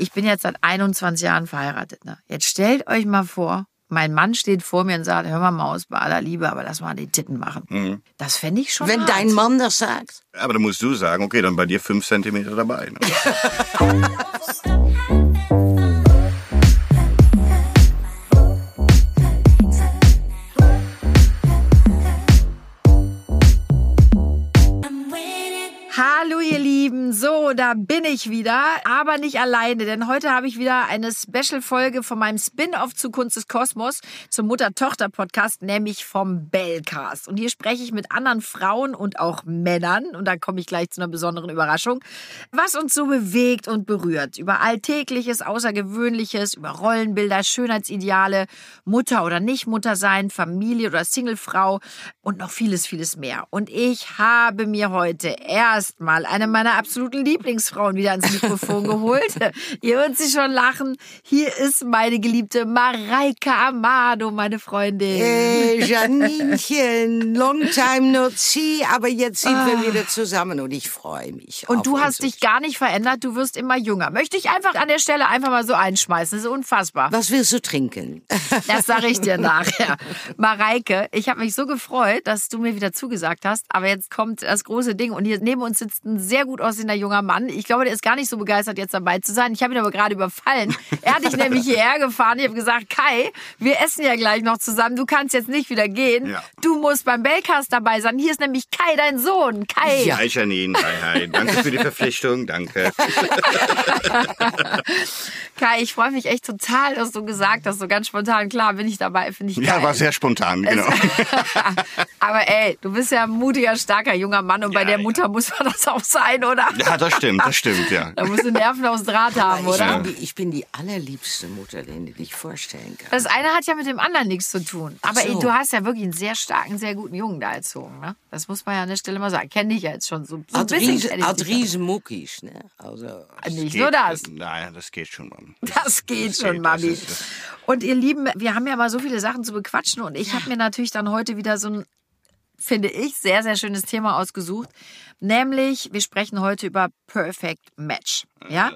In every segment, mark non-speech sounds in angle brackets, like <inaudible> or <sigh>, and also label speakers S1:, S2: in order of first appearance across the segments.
S1: ich bin jetzt seit 21 Jahren verheiratet. Ne? Jetzt stellt euch mal vor, mein Mann steht vor mir und sagt, hör mal Maus, bei aller Liebe, aber lass mal die Titten machen. Das fände ich schon
S2: Wenn
S1: hart.
S2: dein Mann das sagt.
S3: Aber dann musst du sagen, okay, dann bei dir fünf Zentimeter dabei. Ne?
S1: Hallo ihr Lieben, so, da bin ich wieder, aber nicht alleine, denn heute habe ich wieder eine Special-Folge von meinem Spin-off zu Kunst des Kosmos zum Mutter-Tochter-Podcast, nämlich vom Bellcast. Und hier spreche ich mit anderen Frauen und auch Männern, und da komme ich gleich zu einer besonderen Überraschung, was uns so bewegt und berührt. Über Alltägliches, Außergewöhnliches, über Rollenbilder, Schönheitsideale, Mutter oder nicht Mutter sein, Familie oder Singlefrau und noch vieles, vieles mehr. Und ich habe mir heute erstmal eine meiner absoluten Lieblingsfrauen wieder ans Mikrofon geholt. Ihr hört sie schon lachen. Hier ist meine geliebte Mareike Amado, meine Freundin.
S2: Äh, Janinchen, long time no see, aber jetzt sind wir wieder zusammen und ich freue mich. auf
S1: Und du hast
S2: unser-
S1: dich gar nicht verändert, du wirst immer jünger. Möchte ich einfach an der Stelle einfach mal so einschmeißen. Das ist unfassbar.
S2: Was willst du
S1: <laughs>
S2: trinken?
S1: Das sage ich dir nachher. Mareike, ich habe mich so gefreut, dass du mir wieder zugesagt hast. Aber jetzt kommt das große Ding. Und hier neben uns sitzt ein sehr gut aussehender junger Mann. Ich glaube, der ist gar nicht so begeistert, jetzt dabei zu sein. Ich habe ihn aber gerade überfallen. Er hat dich nämlich hierher gefahren. Ich habe gesagt, Kai, wir essen ja gleich noch zusammen. Du kannst jetzt nicht wieder gehen.
S3: Ja.
S1: Du musst beim Bellcast dabei sein. Hier ist nämlich Kai, dein Sohn. Kai.
S3: Hi Janine, hi, hi. Danke für die
S1: <laughs>
S3: Verpflichtung, danke.
S1: Kai, ich freue mich echt total, dass du gesagt hast, so ganz spontan, klar, bin ich dabei, finde ich geil.
S3: Ja, war sehr spontan, genau.
S1: <laughs> Aber ey, du bist ja ein mutiger, starker junger Mann und bei
S3: Ja,
S1: der
S3: ja.
S1: Mutter muss man das auch sein, oder?
S3: Ja, das stimmt, das stimmt, ja.
S1: Da musst du Nerven aus Draht haben,
S2: Ich
S1: oder?
S2: bin, die, ich bin die allerliebste Mutter, die du dich vorstellen kannst.
S1: Das eine hat ja mit dem anderen nichts zu tun. Aber
S2: Ach so.
S1: ey, du hast ja wirklich einen sehr starken, sehr guten Jungen da erzogen. Ne? Das muss man ja an der Stelle mal sagen. Kenne dich ja jetzt schon so, so Also ein
S2: Hat
S1: bisschen.
S2: riesen-
S1: kenn ich
S2: Hat
S1: dich
S2: riesen Muckis, ne? Also,
S1: ja. Nicht nur das.
S3: Naja, das geht schon, Mann.
S1: Das geht
S3: Das
S1: schon,
S3: geht,
S1: Mami.
S3: das ist das.
S1: Und ihr Lieben, wir haben ja mal so viele Sachen zu bequatschen und ich habe mir natürlich dann heute wieder so ein, finde ich, sehr, sehr schönes Thema ausgesucht. Nämlich, wir sprechen heute über Perfect Match. Ja?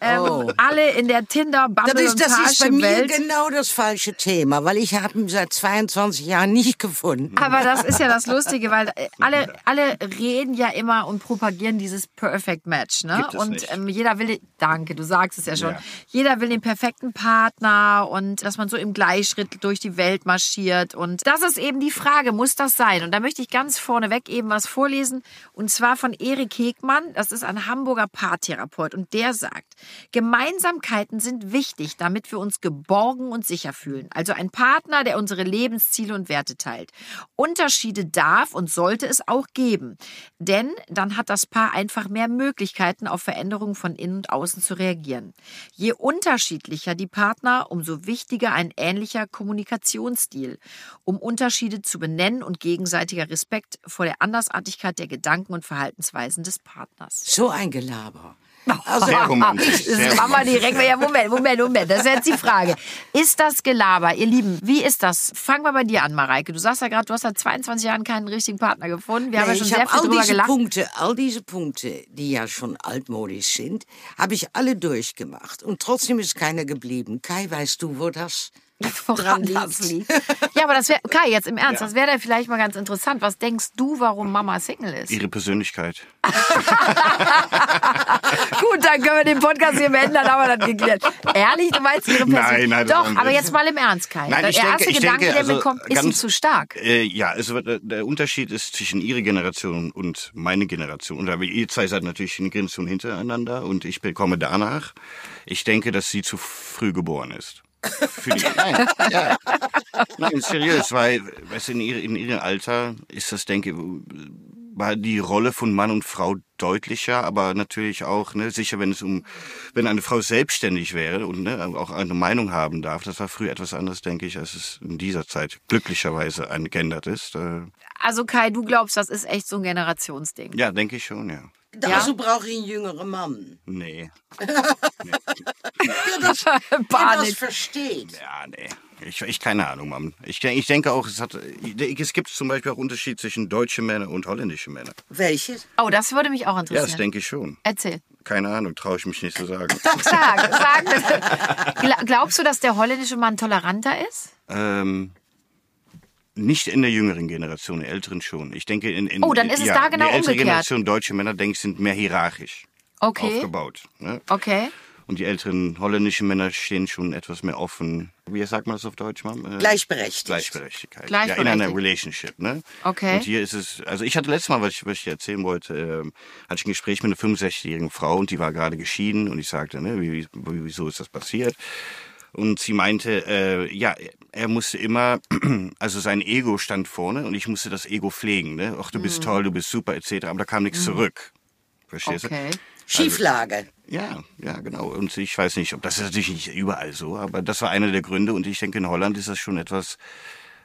S1: Ähm,
S2: Oh.
S1: Alle in der Tinder, Bumble
S2: Das ist,
S1: und
S2: das ist bei mir
S1: Parship-Welt.
S2: genau das falsche Thema, weil ich habe ihn seit 22 Jahren nicht gefunden.
S3: Hm.
S1: Aber das ist ja das Lustige, weil äh, alle, alle reden ja immer und propagieren dieses Perfect Match. Ne?
S3: Gibt es
S1: und
S3: nicht.
S1: Ähm, jeder will, den, danke, du sagst es ja schon,
S3: Ja.
S1: jeder will den perfekten Partner und dass man so im Gleichschritt durch die Welt marschiert. Und das ist eben die Frage, muss das sein? Und da möchte ich ganz vorneweg eben was vorlesen und zwar von Erik Hegmann. Das ist ein Hamburger Paartherapeut und der sagt, Gemeinsamkeiten sind wichtig, damit wir uns geborgen und sicher fühlen. Also ein Partner, der unsere Lebensziele und Werte teilt. Unterschiede darf und sollte es auch geben, denn dann hat das Paar einfach mehr Möglichkeiten, auf Veränderungen von innen und außen zu reagieren. Je unterschiedlicher die Partner, umso wichtiger ein ähnlicher Kommunikationsstil, um Unterschiede zu benennen und gegenseitiger Respekt vor der Andersartigkeit der Gedanken und Verhaltensweisen des Partners.
S2: So ein Gelaber.
S1: <laughs>
S2: Also,
S3: Sehr romantisch.
S1: Das
S3: Sehr
S1: machen wir
S3: romantisch.
S1: direkt. Ja, Moment, Moment, Moment. Das ist jetzt die Frage. Ist das Gelaber, ihr Lieben, wie ist das? Fangen wir bei dir an, Mareike. Du sagst ja gerade, du hast seit 22 Jahren keinen richtigen Partner gefunden. Wir haben ja
S2: Nee,
S1: schon
S2: ich
S1: sehr
S2: habe
S1: viel
S2: all
S1: drüber
S2: diese
S1: gelacht.
S2: Punkte, all diese Punkte, die ja schon altmodisch sind, habe ich alle durchgemacht und trotzdem ist keiner geblieben. Kai, weißt du, wo das
S1: <laughs> Woran
S2: dran
S1: das liegt.
S2: liegt?
S1: Ja,
S2: <laughs>
S1: aber das wäre, Kai, jetzt im Ernst,
S3: Ja.
S1: das wäre da vielleicht mal ganz interessant. Was denkst du, warum Mama Single ist? <laughs>
S3: Ihre Persönlichkeit.
S1: Gut, dann können wir den Podcast hier beenden, dann haben wir das geklärt. Ehrlich, du meinst ihre Person?
S3: Nein, nein, das
S1: Doch,
S3: war ein
S1: aber
S3: Witz.
S1: jetzt mal im Ernst, Kai.
S3: Nein,
S1: der
S3: ich
S1: erste
S3: denke, ich
S1: Gedanke,
S3: denke,
S1: der mir
S3: also
S1: kommt, ist sie
S3: ganz-
S1: zu stark?
S3: Äh, ja, also der- der Unterschied ist zwischen Ihrer Generation und meine Generation. Und da- ihr zwei seid natürlich eine Generation hintereinander und ich bekomme danach. Ich denke, dass sie zu früh geboren ist.
S1: <laughs>
S3: Für die, nein, ja. nein, seriös, weil weißt, du, in, ihre, in ihrem Alter ist das, denke ich, war die Rolle von Mann und Frau deutlicher, aber natürlich auch, ne, sicher, wenn es um, wenn eine Frau selbstständig wäre und ne, auch eine Meinung haben darf, das war früher etwas anderes, denke ich, als es in dieser Zeit glücklicherweise ein- geändert ist. Äh,
S1: Also Kai, du glaubst, das ist echt so ein Generationsding.
S3: Ja, denke ich schon, ja.
S2: Dazu also brauche ich einen jüngeren Mann,
S3: Nee.
S1: <laughs>
S2: der das
S1: Panik.
S2: versteht.
S3: Ja, nee. Ich, ich keine Ahnung, Mann. Ich, denk- ich denke auch, es, hat, ich, es gibt zum Beispiel auch Unterschied zwischen deutsche Männer und holländische Männer.
S2: Welches?
S1: Oh, das würde mich auch
S3: Ja, das
S1: interessieren.
S3: denke ich schon.
S1: Erzähl.
S3: Keine Ahnung, traue ich mich nicht zu sagen.
S1: Sag, sag
S3: <laughs>
S1: bitte. Gla- Glaubst du, dass der holländische Mann toleranter ist?
S3: Ähm, nicht in der jüngeren Generation, in der älteren schon. Ich denke, in, in
S1: Oh, dann ist es
S3: ja,
S1: da genau
S3: die ältere
S1: umgekehrt.
S3: Generation deutsche Männer, denke ich, sind mehr hierarchisch
S1: Okay.
S3: aufgebaut. Ne?
S1: Okay.
S3: Und die älteren holländischen Männer stehen schon etwas mehr offen. Wie sagt man das auf Deutsch, Mom? Äh,
S2: Gleichberechtigt.
S3: Gleichberechtigkeit.
S1: Gleichberechtigt.
S3: Ja, in einer Relationship, ne?
S1: Okay.
S3: Und hier ist es, also ich hatte letztes Mal, was ich, was ich dir erzählen wollte, ähm, hatte ich ein Gespräch mit einer 65-jährigen Frau und die war gerade geschieden und ich sagte, ne, wie, wie- wieso ist das passiert? Und sie meinte, äh, ja, er musste immer, <clears throat> also sein Ego stand vorne und ich musste das Ego pflegen, ne? Ach, du bist
S1: Mhm.
S3: toll, du bist super, etc. Aber da kam nichts zurück. Verstehst
S1: Okay.
S3: du?
S2: Schieflage.
S3: Ja, ja, genau. Und ich weiß nicht, ob das ist natürlich nicht überall so, aber das war einer der Gründe. Und ich denke, in Holland ist das schon etwas,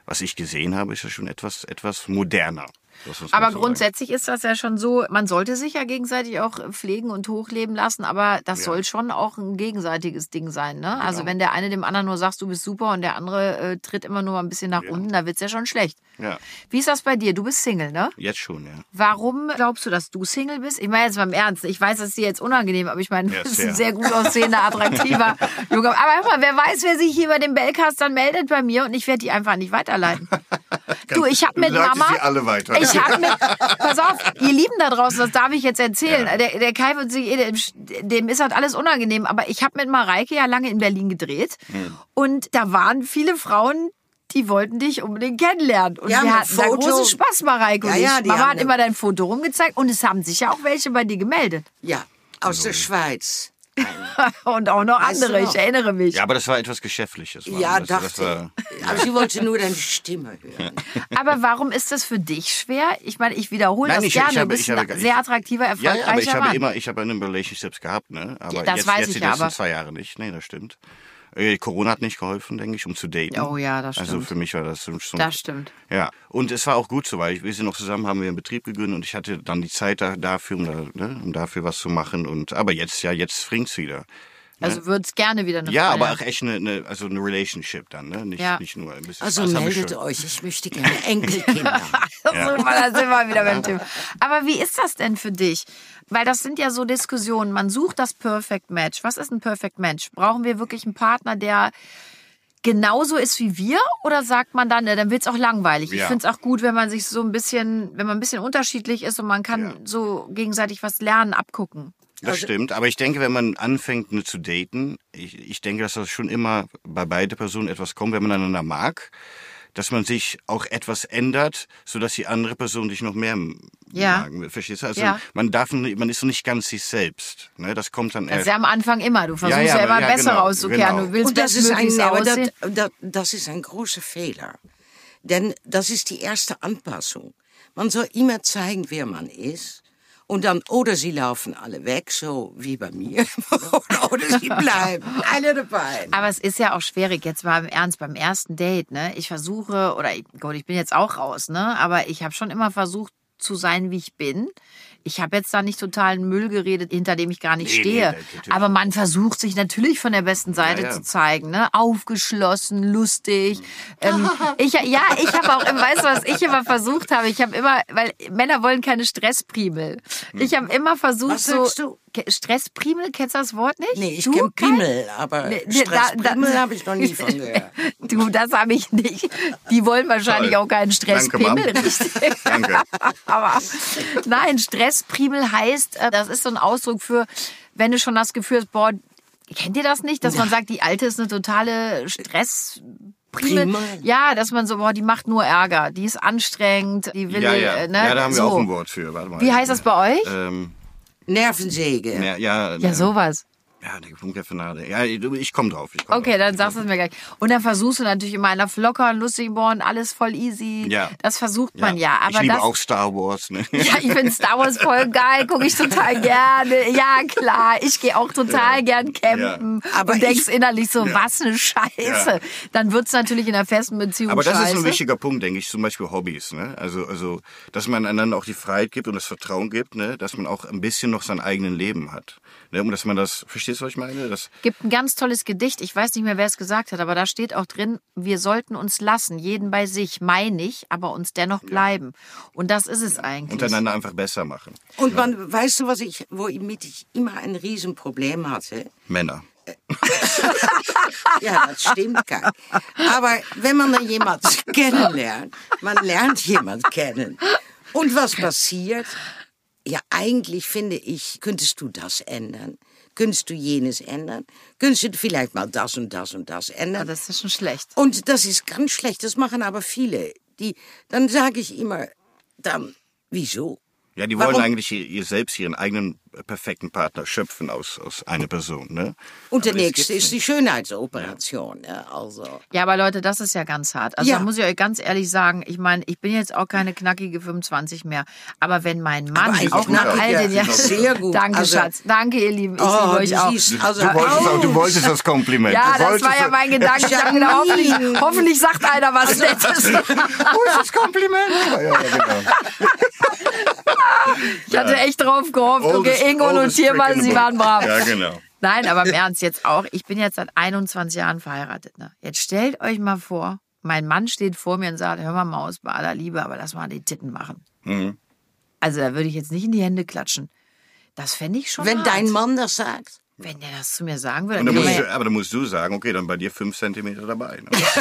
S3: was ich gesehen habe, ist das schon etwas, etwas moderner. Das muss man
S1: Aber
S3: so
S1: grundsätzlich ist das ja schon so, man sollte sich ja gegenseitig auch pflegen und hochleben lassen, aber das soll schon auch ein gegenseitiges Ding sein. Ne? Also
S3: Genau.
S1: wenn der eine dem anderen nur sagt, du bist super und der andere äh, tritt immer nur ein bisschen nach unten, da wird's ja schon schlecht.
S3: Ja.
S1: Wie ist das bei dir? Du bist Single, ne?
S3: Sagen. Jetzt schon, ja.
S1: Warum glaubst du, dass du Single bist? Ich meine jetzt mal im Ernst. Ich weiß, das ist dir jetzt unangenehm, aber ich meine, du
S3: Ja,
S1: bist
S3: sehr.
S1: ein sehr gut aussehender,
S3: <laughs>
S1: attraktiver junger. Aber hör mal, wer weiß, wer sich hier bei dem Bellcast dann meldet bei mir und ich werde die einfach nicht
S3: <laughs>
S1: weiterleiten. du, ich habe mit
S3: Leitest
S1: Mama.
S3: die alle weiter.
S1: Ich habe mit. Pass auf, ihr Lieben da draußen, das darf ich jetzt erzählen. Der, der Kai wird sich, eh- dem, dem ist halt alles unangenehm. Aber ich habe mit Mareike ja lange in Berlin gedreht
S3: Hm.
S1: und da waren viele Frauen. Die wollten dich unbedingt kennenlernen. Und
S2: Ja,
S1: wir
S2: mit
S1: hatten da
S2: Foto.
S1: großen Spaß, Mareike. und
S2: Ja, ja,
S1: ich.
S2: die
S1: Mama
S2: haben
S1: hat
S2: eine-
S1: immer dein Foto rumgezeigt und es haben sich ja auch welche bei dir gemeldet. <laughs>
S2: Ja, aus
S3: Also-
S2: der Schweiz.
S1: Und auch noch
S2: Weißt du
S1: andere,
S2: noch?
S1: ich erinnere mich.
S3: Ja, aber das war etwas Geschäftliches. Mann.
S2: Ja,
S3: das, das
S2: dachte
S3: war,
S2: ich. Aber sie wollte nur deine Stimme
S3: <laughs>
S2: hören.
S1: Aber warum ist das für dich schwer? Ich meine, ich wiederhole das
S3: ich,
S1: gerne.
S3: ich habe,
S1: du bist
S3: ich habe,
S1: ein
S3: ich-
S1: sehr attraktiver,
S3: ja,
S1: erfolgreicher
S3: ja, aber ich
S1: Mann.
S3: habe immer, ich habe in Relationships gehabt, ne? Aber
S1: Ja, das
S3: jetzt,
S1: weiß
S3: jetzt
S1: ich
S3: die
S1: ja,
S3: letzten
S1: aber-
S3: zwei Jahre nicht. Nee, das stimmt. Äh, Corona hat nicht geholfen, denke ich, um zu daten.
S1: Oh ja, das
S3: Also
S1: stimmt.
S3: für mich war das so so-
S1: Das stimmt.
S3: Ja, und es war auch gut so, weil ich- wir sind noch zusammen, haben wir einen Betrieb gegründet und ich hatte dann die Zeit da, dafür, um, da, ne, um dafür was zu machen. Und aber jetzt, ja, jetzt springt's wieder.
S1: Also würd's gerne wieder eine
S3: Ja,
S1: Freundin
S3: aber
S1: haben.
S3: auch echt eine, eine, also eine Relationship dann, ne? Nicht,
S1: Ja.
S3: nicht nur ein bisschen
S2: Also
S3: Spaß hab ich
S2: meldet
S3: schon.
S2: euch, ich möchte gerne
S3: <laughs>
S2: Enkelkinder.
S1: Ja. So, da sind wir wieder beim Thema. Aber wie ist das denn für dich? Weil das sind ja so Diskussionen. Man sucht das Perfect Match. Was ist ein Perfect Match? Brauchen wir wirklich einen Partner, der genauso ist wie wir? Oder sagt man dann, na, dann wird's auch langweilig? Ich
S3: Ja.
S1: find's auch gut, wenn man sich so ein bisschen, wenn man ein bisschen unterschiedlich ist und man kann
S3: Ja.
S1: so gegenseitig was lernen, abgucken.
S3: Das stimmt, aber ich denke, wenn man anfängt ne, zu daten, ich, ich denke, dass das schon immer bei beide Personen etwas kommt, wenn man einander mag, dass man sich auch etwas ändert, sodass die andere Person dich noch mehr
S1: Ja.
S3: mag. Verstehst du? Also
S1: Ja.
S3: man darf, n- man ist noch nicht ganz sich selbst. Ne? Das kommt dann
S1: Das ist
S3: erst.
S1: ja am Anfang immer. Du versuchst ja,
S3: Ja, ja,
S1: immer
S3: ja,
S1: besser
S3: genau,
S1: rauszukehren.
S3: genau.
S1: Du willst
S2: Und das ist ein,
S1: bestmöglichst
S2: aber das,
S1: aussehen.
S2: das, das ist ein großer Fehler. Denn das ist die erste Anpassung. Man soll immer zeigen, wer man ist. Und dann, oder sie laufen alle weg, so wie bei mir. <laughs> oder sie bleiben.
S1: <laughs>
S2: Einer der beiden.
S1: Aber es ist ja auch schwierig, jetzt mal im Ernst, beim ersten Date, ne? Ich versuche, oder ich, gut, ich bin jetzt auch raus, ne? Aber ich habe schon immer versucht zu sein, wie ich bin. Ich habe jetzt da nicht totalen Müll geredet, hinter dem ich gar nicht
S3: Nee, nee,
S1: stehe.
S3: natürlich.
S1: Aber man versucht sich natürlich von der besten Seite
S3: Ja, Mhm. ja.
S1: zu zeigen, ne? Aufgeschlossen, lustig.
S3: <laughs>
S1: Ähm, ich, ja, ich habe auch, im- weißt du, was ich immer versucht habe? Ich habe immer, weil Männer wollen keine Stressprimel.
S3: Mhm.
S1: Ich habe immer versucht,
S2: Was
S1: so.
S2: sagst du?
S1: Ke- Stressprimel, kennst du das Wort nicht?
S2: Nee, ich
S1: Du,
S2: kenne
S1: Kai?
S2: Pimmel,
S3: Äh,
S2: aber
S1: Nee, nee, da-
S2: Stressprimmel
S1: <laughs> da-
S2: habe ich noch nie von gehört.
S1: <laughs> Du, das habe ich nicht. Die wollen wahrscheinlich
S3: Toll.
S1: auch keinen Stressprimel,
S3: Danke, Mom.
S1: richtig?
S3: <laughs> Danke.
S1: Aber nein, Stressprimel heißt, äh, das ist so ein Ausdruck für, wenn du schon das Gefühl hast, boah, kennt ihr das nicht, dass man sagt, die alte ist eine totale Stressprimel?
S2: Primel.
S1: Ja, dass man so, boah, die macht nur Ärger, die ist anstrengend, die will,
S3: Ja, ja.
S1: äh, ne?
S3: ja, da haben wir
S1: so.
S3: auch ein Wort für. Warte mal.
S1: Wie heißt das bei euch?
S3: Ähm,
S2: Nervensäge.
S3: ja, ja, äh,
S1: ja, sowas.
S3: Ja, der Funkrefinade. Ja, ich komme drauf. Ich komm
S1: Okay,
S3: drauf.
S1: dann sagst du es mir gleich. Und dann versuchst du natürlich immer einer lockeren, lustigen Born, alles voll easy.
S3: Ja.
S1: Das versucht man ja. aber
S3: ich liebe
S1: das, <laughs>
S3: auch Star Wars. Ne?
S1: Ja, ich finde Star Wars voll geil, gucke ich total gerne. Ja, klar, ich gehe auch total gern campen.
S2: Ja. Aber
S1: und denkst
S2: ich-
S1: innerlich so, was eine Scheiße.
S3: Ja.
S1: Dann wird's natürlich in einer festen Beziehung
S3: Aber das
S1: scheiße.
S3: ist ein wichtiger Punkt, denke ich, zum Beispiel Hobbys. Ne? Also, also, dass man einander auch die Freiheit gibt und das Vertrauen gibt, ne? dass man auch ein bisschen noch sein eigenes Leben hat. Ne? Und dass man das, verstehst Verstehst du, was ich meine? Das,
S1: Gibt ein ganz tolles Gedicht. Ich weiß nicht mehr, wer es gesagt hat, aber da steht auch drin, wir sollten uns lassen, jeden bei sich, meine ich, aber uns dennoch bleiben. Und das ist es eigentlich.
S3: untereinander einfach besser machen.
S2: Und man, weißt du, was ich, womit ich immer ein Riesenproblem hatte?
S3: Männer.
S2: Ja, das stimmt gar nicht. Aber wenn man dann
S3: <laughs>
S2: jemanden kennenlernt, man lernt jemanden kennen. Und was passiert? Ja, eigentlich finde ich, könntest du das ändern? Könntest du jenes ändern? Könntest du vielleicht mal das und das und das
S1: Ja,
S2: ändern?
S1: das ist schon schlecht.
S2: Und das ist ganz schlecht, das machen aber viele. Die, dann sage ich immer, dann, wieso?
S3: Ja, die
S2: Warum?
S3: wollen eigentlich ihr, ihr selbst ihren eigenen äh, perfekten Partner schöpfen aus, aus einer Person. Ne?
S2: Und der
S3: Aber das
S2: nächste
S3: gibt's
S2: ist die Schönheitsoperation. Ja, also.
S1: Ja, aber Leute, das ist ja ganz hart. Also
S2: Ja.
S1: da muss ich euch ganz ehrlich sagen, ich meine, ich bin jetzt auch keine knackige 25 mehr. Aber wenn mein Mann
S2: eigentlich
S1: auch nach all
S2: knackiger.
S1: den Jahren...
S2: Sehr
S1: <laughs>
S2: gut.
S1: Danke,
S2: Also-
S1: Schatz. Danke, ihr Lieben. Ich
S2: Oh,
S1: liebe euch
S2: du
S1: auch.
S2: siehst, also,
S3: Du wolltest, auch, du wolltest das Kompliment.
S1: Ja,
S3: du
S1: das
S3: wolltest
S1: war ja
S2: <laughs>
S1: mein Gedanke. Ich dachte,
S2: Janine.
S1: hoffentlich, hoffentlich sagt einer was
S2: Also, <laughs>
S1: Nettes.
S3: Wo ist das Kompliment? Ja, ja, genau.
S1: Ich hatte echt drauf gehofft. <laughs>
S3: Oldest-
S1: Okay, Ingo und
S3: oldest trick
S1: Tiermann,
S3: in the
S1: sie
S3: book.
S1: waren brav.
S3: Ja, genau.
S1: Nein, aber
S3: <laughs>
S1: im Ernst jetzt auch. Ich bin jetzt seit 21 Jahren verheiratet. Ne? Jetzt stellt euch mal vor, mein Mann steht vor mir und sagt, hör mal Maus, bei aller Liebe, aber lass mal die Titten machen.
S3: Mhm.
S1: Also da würde ich jetzt nicht in die Hände klatschen. Das fände ich schon
S2: Wenn
S1: hart.
S2: dein Mann das sagt,
S1: Wenn der das zu mir sagen würde.
S3: Und dann
S1: dann
S3: musst
S1: kann
S3: du, aber dann musst du sagen, okay, dann bei dir fünf Zentimeter dabei. Ne?
S1: man ja, <laughs>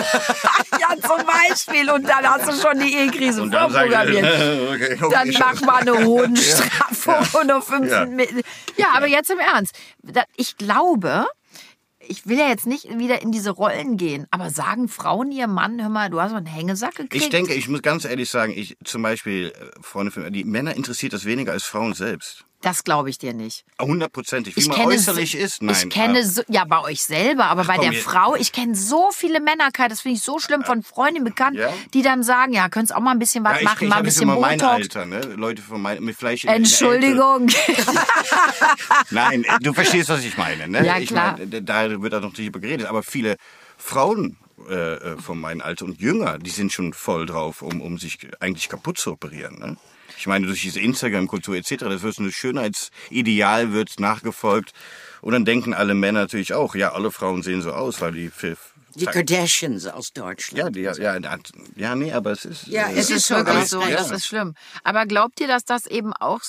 S1: ja, zum Beispiel. Und dann hast du schon die Ehekrise
S3: Und dann sage ich,
S1: vorprogrammiert.
S3: <laughs> okay, okay,
S1: Dann mach mal eine Hodenstraffung und auf 15
S3: Ja.
S1: Meter. Ja, aber jetzt im Ernst. Da- Ich glaube, ich will ja jetzt nicht wieder in diese Rollen gehen, aber sagen Frauen ihrem Mann, hör mal, du hast so einen Hängesack gekriegt?
S3: Ich denke, ich muss ganz ehrlich sagen, ich zum Beispiel, äh, Freunde von mir, die Männer interessiert das weniger als Frauen selbst.
S1: Das glaube ich dir nicht.
S3: Hundertprozentig. Wie
S1: Ich
S3: man
S1: kenne
S3: äußerlich
S1: so,
S3: ist, nein.
S1: Ich kenne
S3: aber-
S1: so, ja bei euch selber, aber bei
S3: komm,
S1: der
S3: jetzt.
S1: Frau, ich kenne so viele Männer, Kai, das finde ich so schlimm von Freundinnen bekannt,
S3: Ja?
S1: die dann sagen, ja, könntest auch mal ein bisschen was
S3: Ja, ich,
S1: machen,
S3: ich
S1: mal ein
S3: hab jetzt
S1: bisschen
S3: immer mein
S1: Botox.
S3: Alter, ne? Leute von meinem, mit vielleicht in- in der <laughs>
S1: Entschuldigung.
S3: Ältere- Nein, äh, du verstehst, was ich meine, ne?
S1: Ja,
S3: ich
S1: klar.
S3: meine, d- da wird da noch nicht über geredet, aber viele Frauen äh, äh, von meinem Alter und jünger, die sind schon voll drauf, um, um sich eigentlich kaputt zu operieren, ne? Ich meine, durch diese Instagram-Kultur etc., das wird ein Schönheitsideal wird nachgefolgt. Und dann denken alle Männer natürlich auch, ja, alle Frauen sehen so aus, weil die... pfiff-
S2: die Kardashians aus Deutschland.
S3: Ja, die, ja, ja, ja, nee, aber es ist...
S2: Ja,
S3: äh,
S2: es ist
S1: ist
S2: so
S1: wirklich
S2: ganz
S1: so,
S2: ehrlich.
S1: das ist schlimm. Aber glaubt ihr, dass das eben auch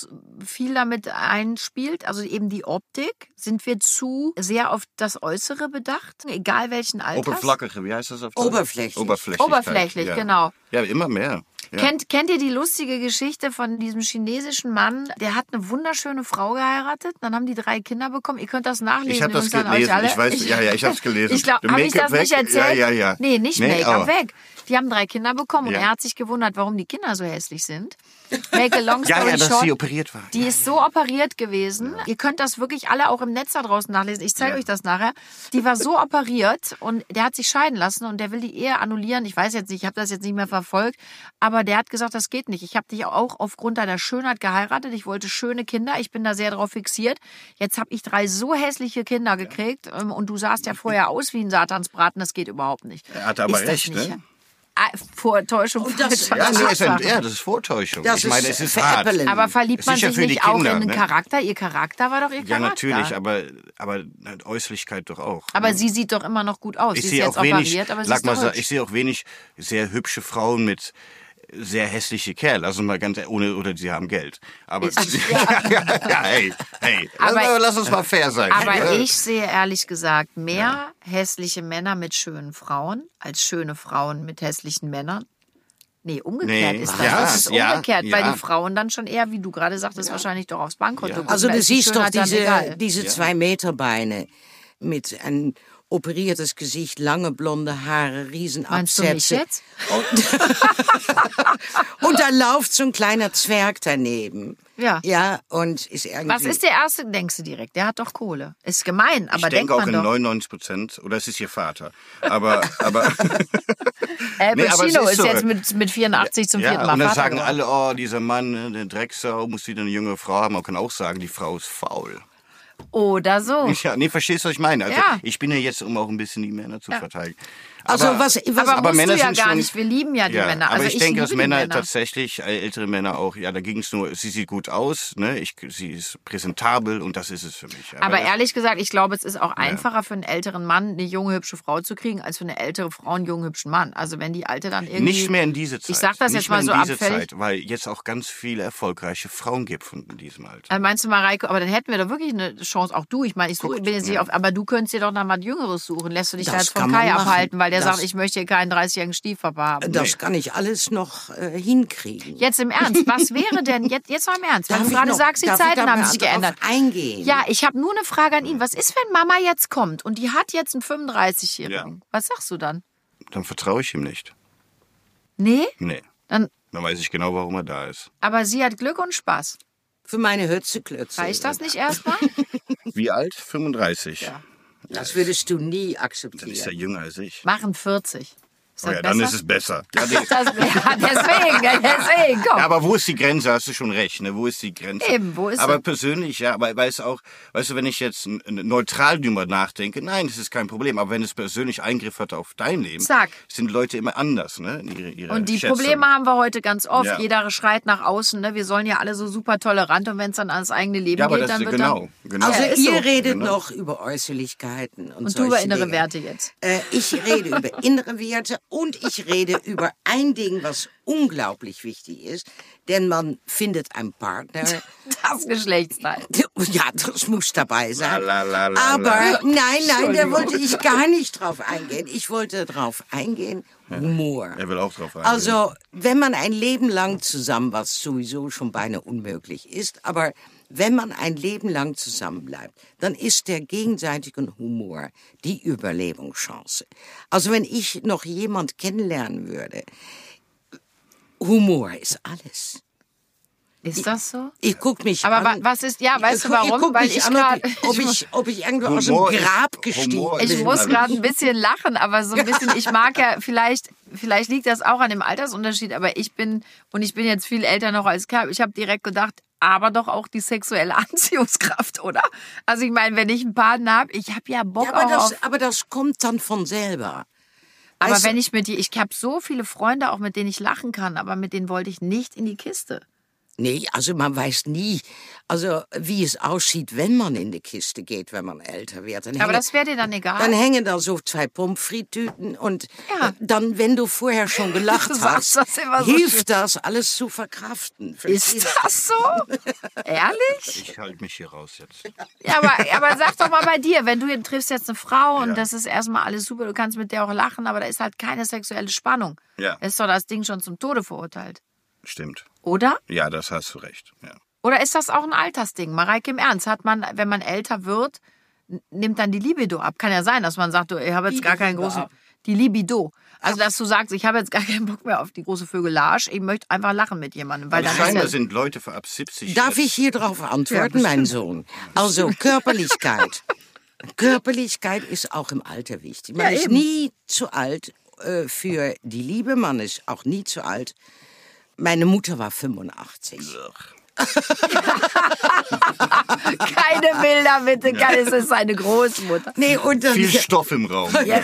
S1: viel damit einspielt? Also eben die Optik? Sind wir zu sehr auf das Äußere bedacht? Egal welchen Alters?
S3: Oberflackige, wie heißt das auf Deutsch?
S2: Oberflächlich.
S3: Oberflächlich.
S1: Oberflächlich,
S3: ja.
S1: genau.
S3: Ja, immer mehr. Ja.
S1: Kennt, kennt ihr die lustige Geschichte von diesem chinesischen Mann? Der hat eine wunderschöne Frau geheiratet, dann haben die drei Kinder bekommen. Ihr könnt das nachlesen.
S3: Ich hab das
S1: übrigens an euch
S3: gelesen.
S1: alle.
S3: Ich weiß- ja, ja, ich hab's gelesen.
S1: Ich glaube,
S3: Der
S1: habe ich das
S3: Make-up
S1: nicht
S3: weg?
S1: erzählt?
S3: Ja, ja, ja.
S1: Nee, nicht
S3: Nee,
S1: Make-up
S3: aber-
S1: weg. Die haben drei Kinder bekommen
S3: Ja.
S1: und er hat sich gewundert, warum die Kinder so hässlich sind. Make a long
S3: Ja,
S1: story
S3: ja, dass
S1: short.
S3: sie operiert war.
S1: Die ist so operiert gewesen. Ihr könnt das wirklich alle auch im Netz da draußen nachlesen. Ich zeige euch das nachher. Die war so <laughs> operiert und der hat sich scheiden lassen und der will die Ehe annullieren. Ich weiß jetzt nicht, ich habe das jetzt nicht mehr verfolgt, aber der hat gesagt, das geht nicht. Ich habe dich auch aufgrund deiner Schönheit geheiratet. Ich wollte schöne Kinder. Ich bin da sehr drauf fixiert. Jetzt habe ich drei so hässliche Kinder gekriegt ähm, und du sahst ja vorher aus wie ein Satansbraten. Das geht überhaupt nicht.
S3: Er hatte aber
S1: Ist das
S3: recht,
S1: nicht-
S3: ne?
S1: Ah, Vortäuschung.
S2: Und das-
S1: Vortäuschung.
S3: Oh, Ja, nee, ist ein,
S1: Tatsache.
S3: ja, das ist Vortäuschung.
S2: Das
S3: ich meine,
S2: ist
S3: es ist hart.
S2: veräppeln.
S1: Aber verliebt
S3: Ist
S1: man
S3: sicher
S1: sich
S3: für die
S1: nicht auch in
S3: Kinder,
S1: einen
S3: ne?
S1: Charakter? Ihr Charakter war doch ihr
S3: Ja,
S1: Charakter.
S3: natürlich, aber, aber halt Äußerlichkeit doch auch. ne?
S1: Aber sie sieht doch immer noch gut aus.
S3: ich
S1: sie ist
S3: sehe
S1: jetzt
S3: auch wenig,
S1: operiert, aber sie
S3: sag
S1: ist
S3: mal,
S1: doch
S3: so,
S1: hübsch.
S3: ich sehe auch wenig sehr hübsche Frauen mit sehr hässliche Kerl, also mal ganz ohne oder sie haben Geld. Aber ja, <laughs> ja, ja, hey, hey, lass,
S1: Aber-
S3: lass uns mal fair sein. ne?
S1: aber
S3: Ja.
S1: ich sehe ehrlich gesagt mehr hässliche Männer mit schönen Frauen als schöne Frauen mit hässlichen Männern. Nee, umgekehrt
S3: Nee,
S1: ist das.
S3: ja,
S1: das ist
S3: ja,
S1: umgekehrt, weil
S3: ja.
S1: die Frauen dann schon eher, wie du gerade sagtest, wahrscheinlich doch aufs Bankkonto gucken.
S2: Also
S1: da
S2: du
S1: ist die
S2: siehst doch
S1: Schönheit dann
S2: diese,
S1: egal.
S2: diese zwei Meter Beine mit ein operiertes Gesicht, lange blonde Haare,
S1: Meinst du
S2: Riesenabsätze.
S1: mich jetzt?
S2: Und da läuft so ein kleiner Zwerg daneben.
S1: Ja.
S2: Ja, und ist irgendwie...
S1: Was ist der erste, denkst du direkt? Der hat doch Kohle. Ist gemein, aber
S3: ich denke auch
S1: denkt
S3: in
S1: man doch.
S3: 99 Prozent, oder es ist ihr Vater. Aber,
S1: <laughs>
S3: aber
S1: Al
S3: Nee, aber es
S1: Pacino
S3: ist
S1: ist,
S3: so.
S1: jetzt mit, mit 84 zum vierten Mal
S3: und dann
S1: Vater
S3: sagen
S1: geworden.
S3: alle, oh, dieser Mann, ne, der Drecksau, muss wieder eine junge Frau haben. Man kann auch sagen, die Frau ist faul.
S1: Oder so.
S3: <laughs> Ja, nee, verstehst du, was ich meine? Also,
S1: Oh. Ja.
S3: Ich bin ja jetzt, um auch ein bisschen die Männer zu verteidigen.
S2: Also was, was
S1: Aber, musst
S3: Männer
S1: du ja
S3: sind
S1: gar
S3: schon-
S1: nicht. Wir lieben ja die
S3: Ja,
S1: Männer.
S3: aber
S1: also
S3: ich, denke, dass
S1: liebe die
S3: Männer, tatsächlich, äh, ältere Männer auch, ja, da ging es nur, sie sieht gut aus, ne, ich, sie ist präsentabel und das ist es für mich.
S1: Aber
S3: das-
S1: ehrlich gesagt, ich glaube, es ist auch einfacher für einen älteren Mann, eine junge, hübsche Frau zu kriegen, als für eine ältere Frau einen jungen, hübschen Mann. Also wenn die alte dann irgendwie...
S3: Nicht mehr in diese Zeit.
S1: Ich sag das
S3: nicht
S1: jetzt mal
S3: mehr
S1: so
S3: in diese
S1: abfällig.
S3: Zeit, weil jetzt auch ganz viele erfolgreiche Frauen gibt von in diesem Alter.
S1: Äh, Meinst du, Mareike, aber dann hätten wir doch wirklich eine Chance, auch du. Ich meine, ich suche,
S3: Guckt,
S1: bin jetzt nicht
S3: ja.
S1: auf, aber du könntest dir doch noch mal was Jüngeres suchen. Lässt du dich
S2: Das
S1: da jetzt
S2: kann
S1: von
S2: man
S1: Kai
S2: machen.
S1: abhalten, weil der
S2: Das-
S1: sagt, ich möchte hier keinen 30-jährigen Stiefpapa haben.
S2: Das kann ich alles noch äh, hinkriegen.
S1: Jetzt im Ernst, was wäre denn, jetzt, jetzt mal im Ernst, weil
S2: Darf
S1: du
S2: ich
S1: gerade
S2: noch-
S1: sagst, die
S2: darf ich
S1: Zeiten
S2: da
S1: haben
S2: mal
S1: sich
S2: drauf
S1: geändert.
S2: eingehen?
S1: Ja, ich habe nur eine Frage an ihn. Was ist, wenn Mama jetzt kommt und die hat jetzt einen 35-Jährigen?
S3: Ja.
S1: Was sagst du dann?
S3: Dann vertraue ich ihm nicht.
S1: Nee?
S3: Nee.
S1: Dann,
S3: Dann weiß ich genau, warum er da ist.
S1: aber sie hat Glück und Spaß.
S2: Für meine Hützeklötze.
S1: Reicht das nicht
S3: <laughs>
S1: erstmal?
S3: Wie alt? 35.
S1: Ja.
S2: Das würdest du nie
S3: Dann ist er
S2: akzeptieren.
S3: jünger als ich.
S1: Machen 40. Ist
S3: Oh
S1: das
S3: ja,
S1: besser?
S3: dann ist es besser. Ja, <laughs> nee.
S1: <laughs> das, ja, deswegen, deswegen, komm.
S3: Ja, aber wo ist die Grenze? Hast du schon recht, ne? Wo ist die Grenze?
S1: Eben, wo ist
S3: Aber
S1: sie?
S3: persönlich, ja, aber weiß auch, weißt du, wenn ich jetzt n- n- neutral drüber nachdenke, nein, das ist kein Problem. Aber wenn es persönlich Eingriff hat auf dein Leben,
S1: Sag.
S3: sind Leute immer anders, ne? in Ihre, ihre
S1: Und die
S3: Schätzung.
S1: Probleme haben wir heute ganz oft.
S3: Ja.
S1: Jeder schreit nach außen. Ne? Wir sollen ja alle so super tolerant und wenn es dann ans eigene Leben
S3: Ja, aber
S1: geht,
S3: das
S1: dann
S3: ist
S1: wird
S3: genau.
S1: dann
S3: genau.
S2: Also
S1: Ja, ist
S2: ihr
S1: so.
S2: redet
S3: Genau.
S2: noch über Äußerlichkeiten
S1: und
S2: und,
S1: du
S2: solche
S1: über innere
S2: Dinge.
S1: Werte jetzt.
S2: Äh, ich rede über innere Werte und ich rede über ein Ding, was unglaublich wichtig ist, denn man findet einen Partner.
S1: Das Geschlechtsteil.
S2: <laughs> Ja, das muss dabei sein.
S3: La, la, la, la,
S2: Aber
S3: la.
S2: nein, nein, da
S1: Entschuldigung.
S2: wollte ich gar nicht drauf eingehen. Ich wollte drauf eingehen, Humor.
S3: Er will auch drauf eingehen.
S2: Also, wenn man ein Leben lang zusammen, was sowieso schon beinahe unmöglich ist, aber wenn man ein Leben lang zusammen bleibt, dann ist der gegenseitigen Humor die Überlebenschance. Also, wenn ich noch jemand kennenlernen würde, Humor ist alles.
S1: Ist das so?
S2: Ich guck mich
S1: Aber wa-
S2: an.
S1: was ist- ja, weißt
S2: ich,
S1: du
S2: guck- Ich
S1: warum?
S2: guck
S1: Weil
S2: mich
S1: ich
S2: an,
S1: grad-
S2: ob, ich, ob, ich, ob ich irgendwo aus dem
S3: Humor ist-
S2: Grab
S3: Humor
S2: gestiegen
S3: ist-
S2: bin.
S1: Oh, Ich muss
S3: Alles.
S1: gerade ein bisschen lachen, aber so ein bisschen, ich mag ja, <laughs> vielleicht, vielleicht liegt das auch an dem Altersunterschied, aber ich bin, und ich bin jetzt viel älter noch als Kerl, ich habe direkt gedacht, aber doch auch die sexuelle <laughs> Anziehungskraft, oder? Also ich meine, wenn ich einen Partner habe, ich habe ja Bock
S2: Ja, aber,
S1: auch auf
S2: das, aber das kommt dann von selber.
S1: Aber
S2: Weißt du-
S1: wenn ich mit dir, ich habe so viele Freunde, auch mit denen ich lachen kann, aber mit denen wollte ich nicht in die Kiste.
S2: Nee, also man weiß nie, also wie es aussieht, wenn man in die Kiste geht, wenn man älter wird. Dann
S1: Aber
S2: hängen-
S1: das wäre dir dann egal.
S2: dann hängen da so zwei Pommes frites-Tüten und äh,
S1: Ja.
S2: dann, wenn du
S1: <laughs>
S2: vorher schon gelacht
S1: Du
S2: hast,
S1: sagst das immer so schön.
S2: hilft das alles zu verkraften.
S1: ist
S2: Verstehst du?
S1: das <laughs> so? Ehrlich?
S3: ich halte mich hier raus jetzt.
S1: Ja, aber, aber sag doch mal bei dir, wenn du triffst jetzt eine Frau und
S3: Ja.
S1: das ist erstmal alles super, du kannst mit der auch lachen, aber da ist halt keine sexuelle Spannung.
S3: Ja.
S1: Ist doch das Ding schon zum Tode verurteilt.
S3: Stimmt.
S1: Oder?
S3: Ja, das hast du recht. Ja.
S1: Oder ist das auch ein Altersding? Mareike, im Ernst, hat man, wenn man älter wird, n- nimmt dann die Libido ab? Kann ja sein, dass man sagt, du, ich habe jetzt gar keinen
S2: Libido
S1: großen...
S2: ab.
S1: Die Libido. Also, dass du sagst, ich habe jetzt gar keinen Bock mehr auf die große Vögelage, ich möchte einfach lachen mit jemandem. Weil
S3: Also
S1: dann ist ja,
S3: scheinbar sind Leute für ab 70.
S2: Darf
S3: jetzt-
S2: ich hier drauf antworten, mein Sohn? Also Körperlichkeit. <laughs> Körperlichkeit ist auch im Alter wichtig. Man
S1: Ja,
S2: ist
S1: eben.
S2: nie zu alt äh, für die Liebe, man ist auch nie zu alt. Meine Mutter war 85.
S1: keine Bilder, bitte, ja. es ist seine Großmutter.
S2: Nee, und dann,
S3: Viel Stoff im Raum. Ja.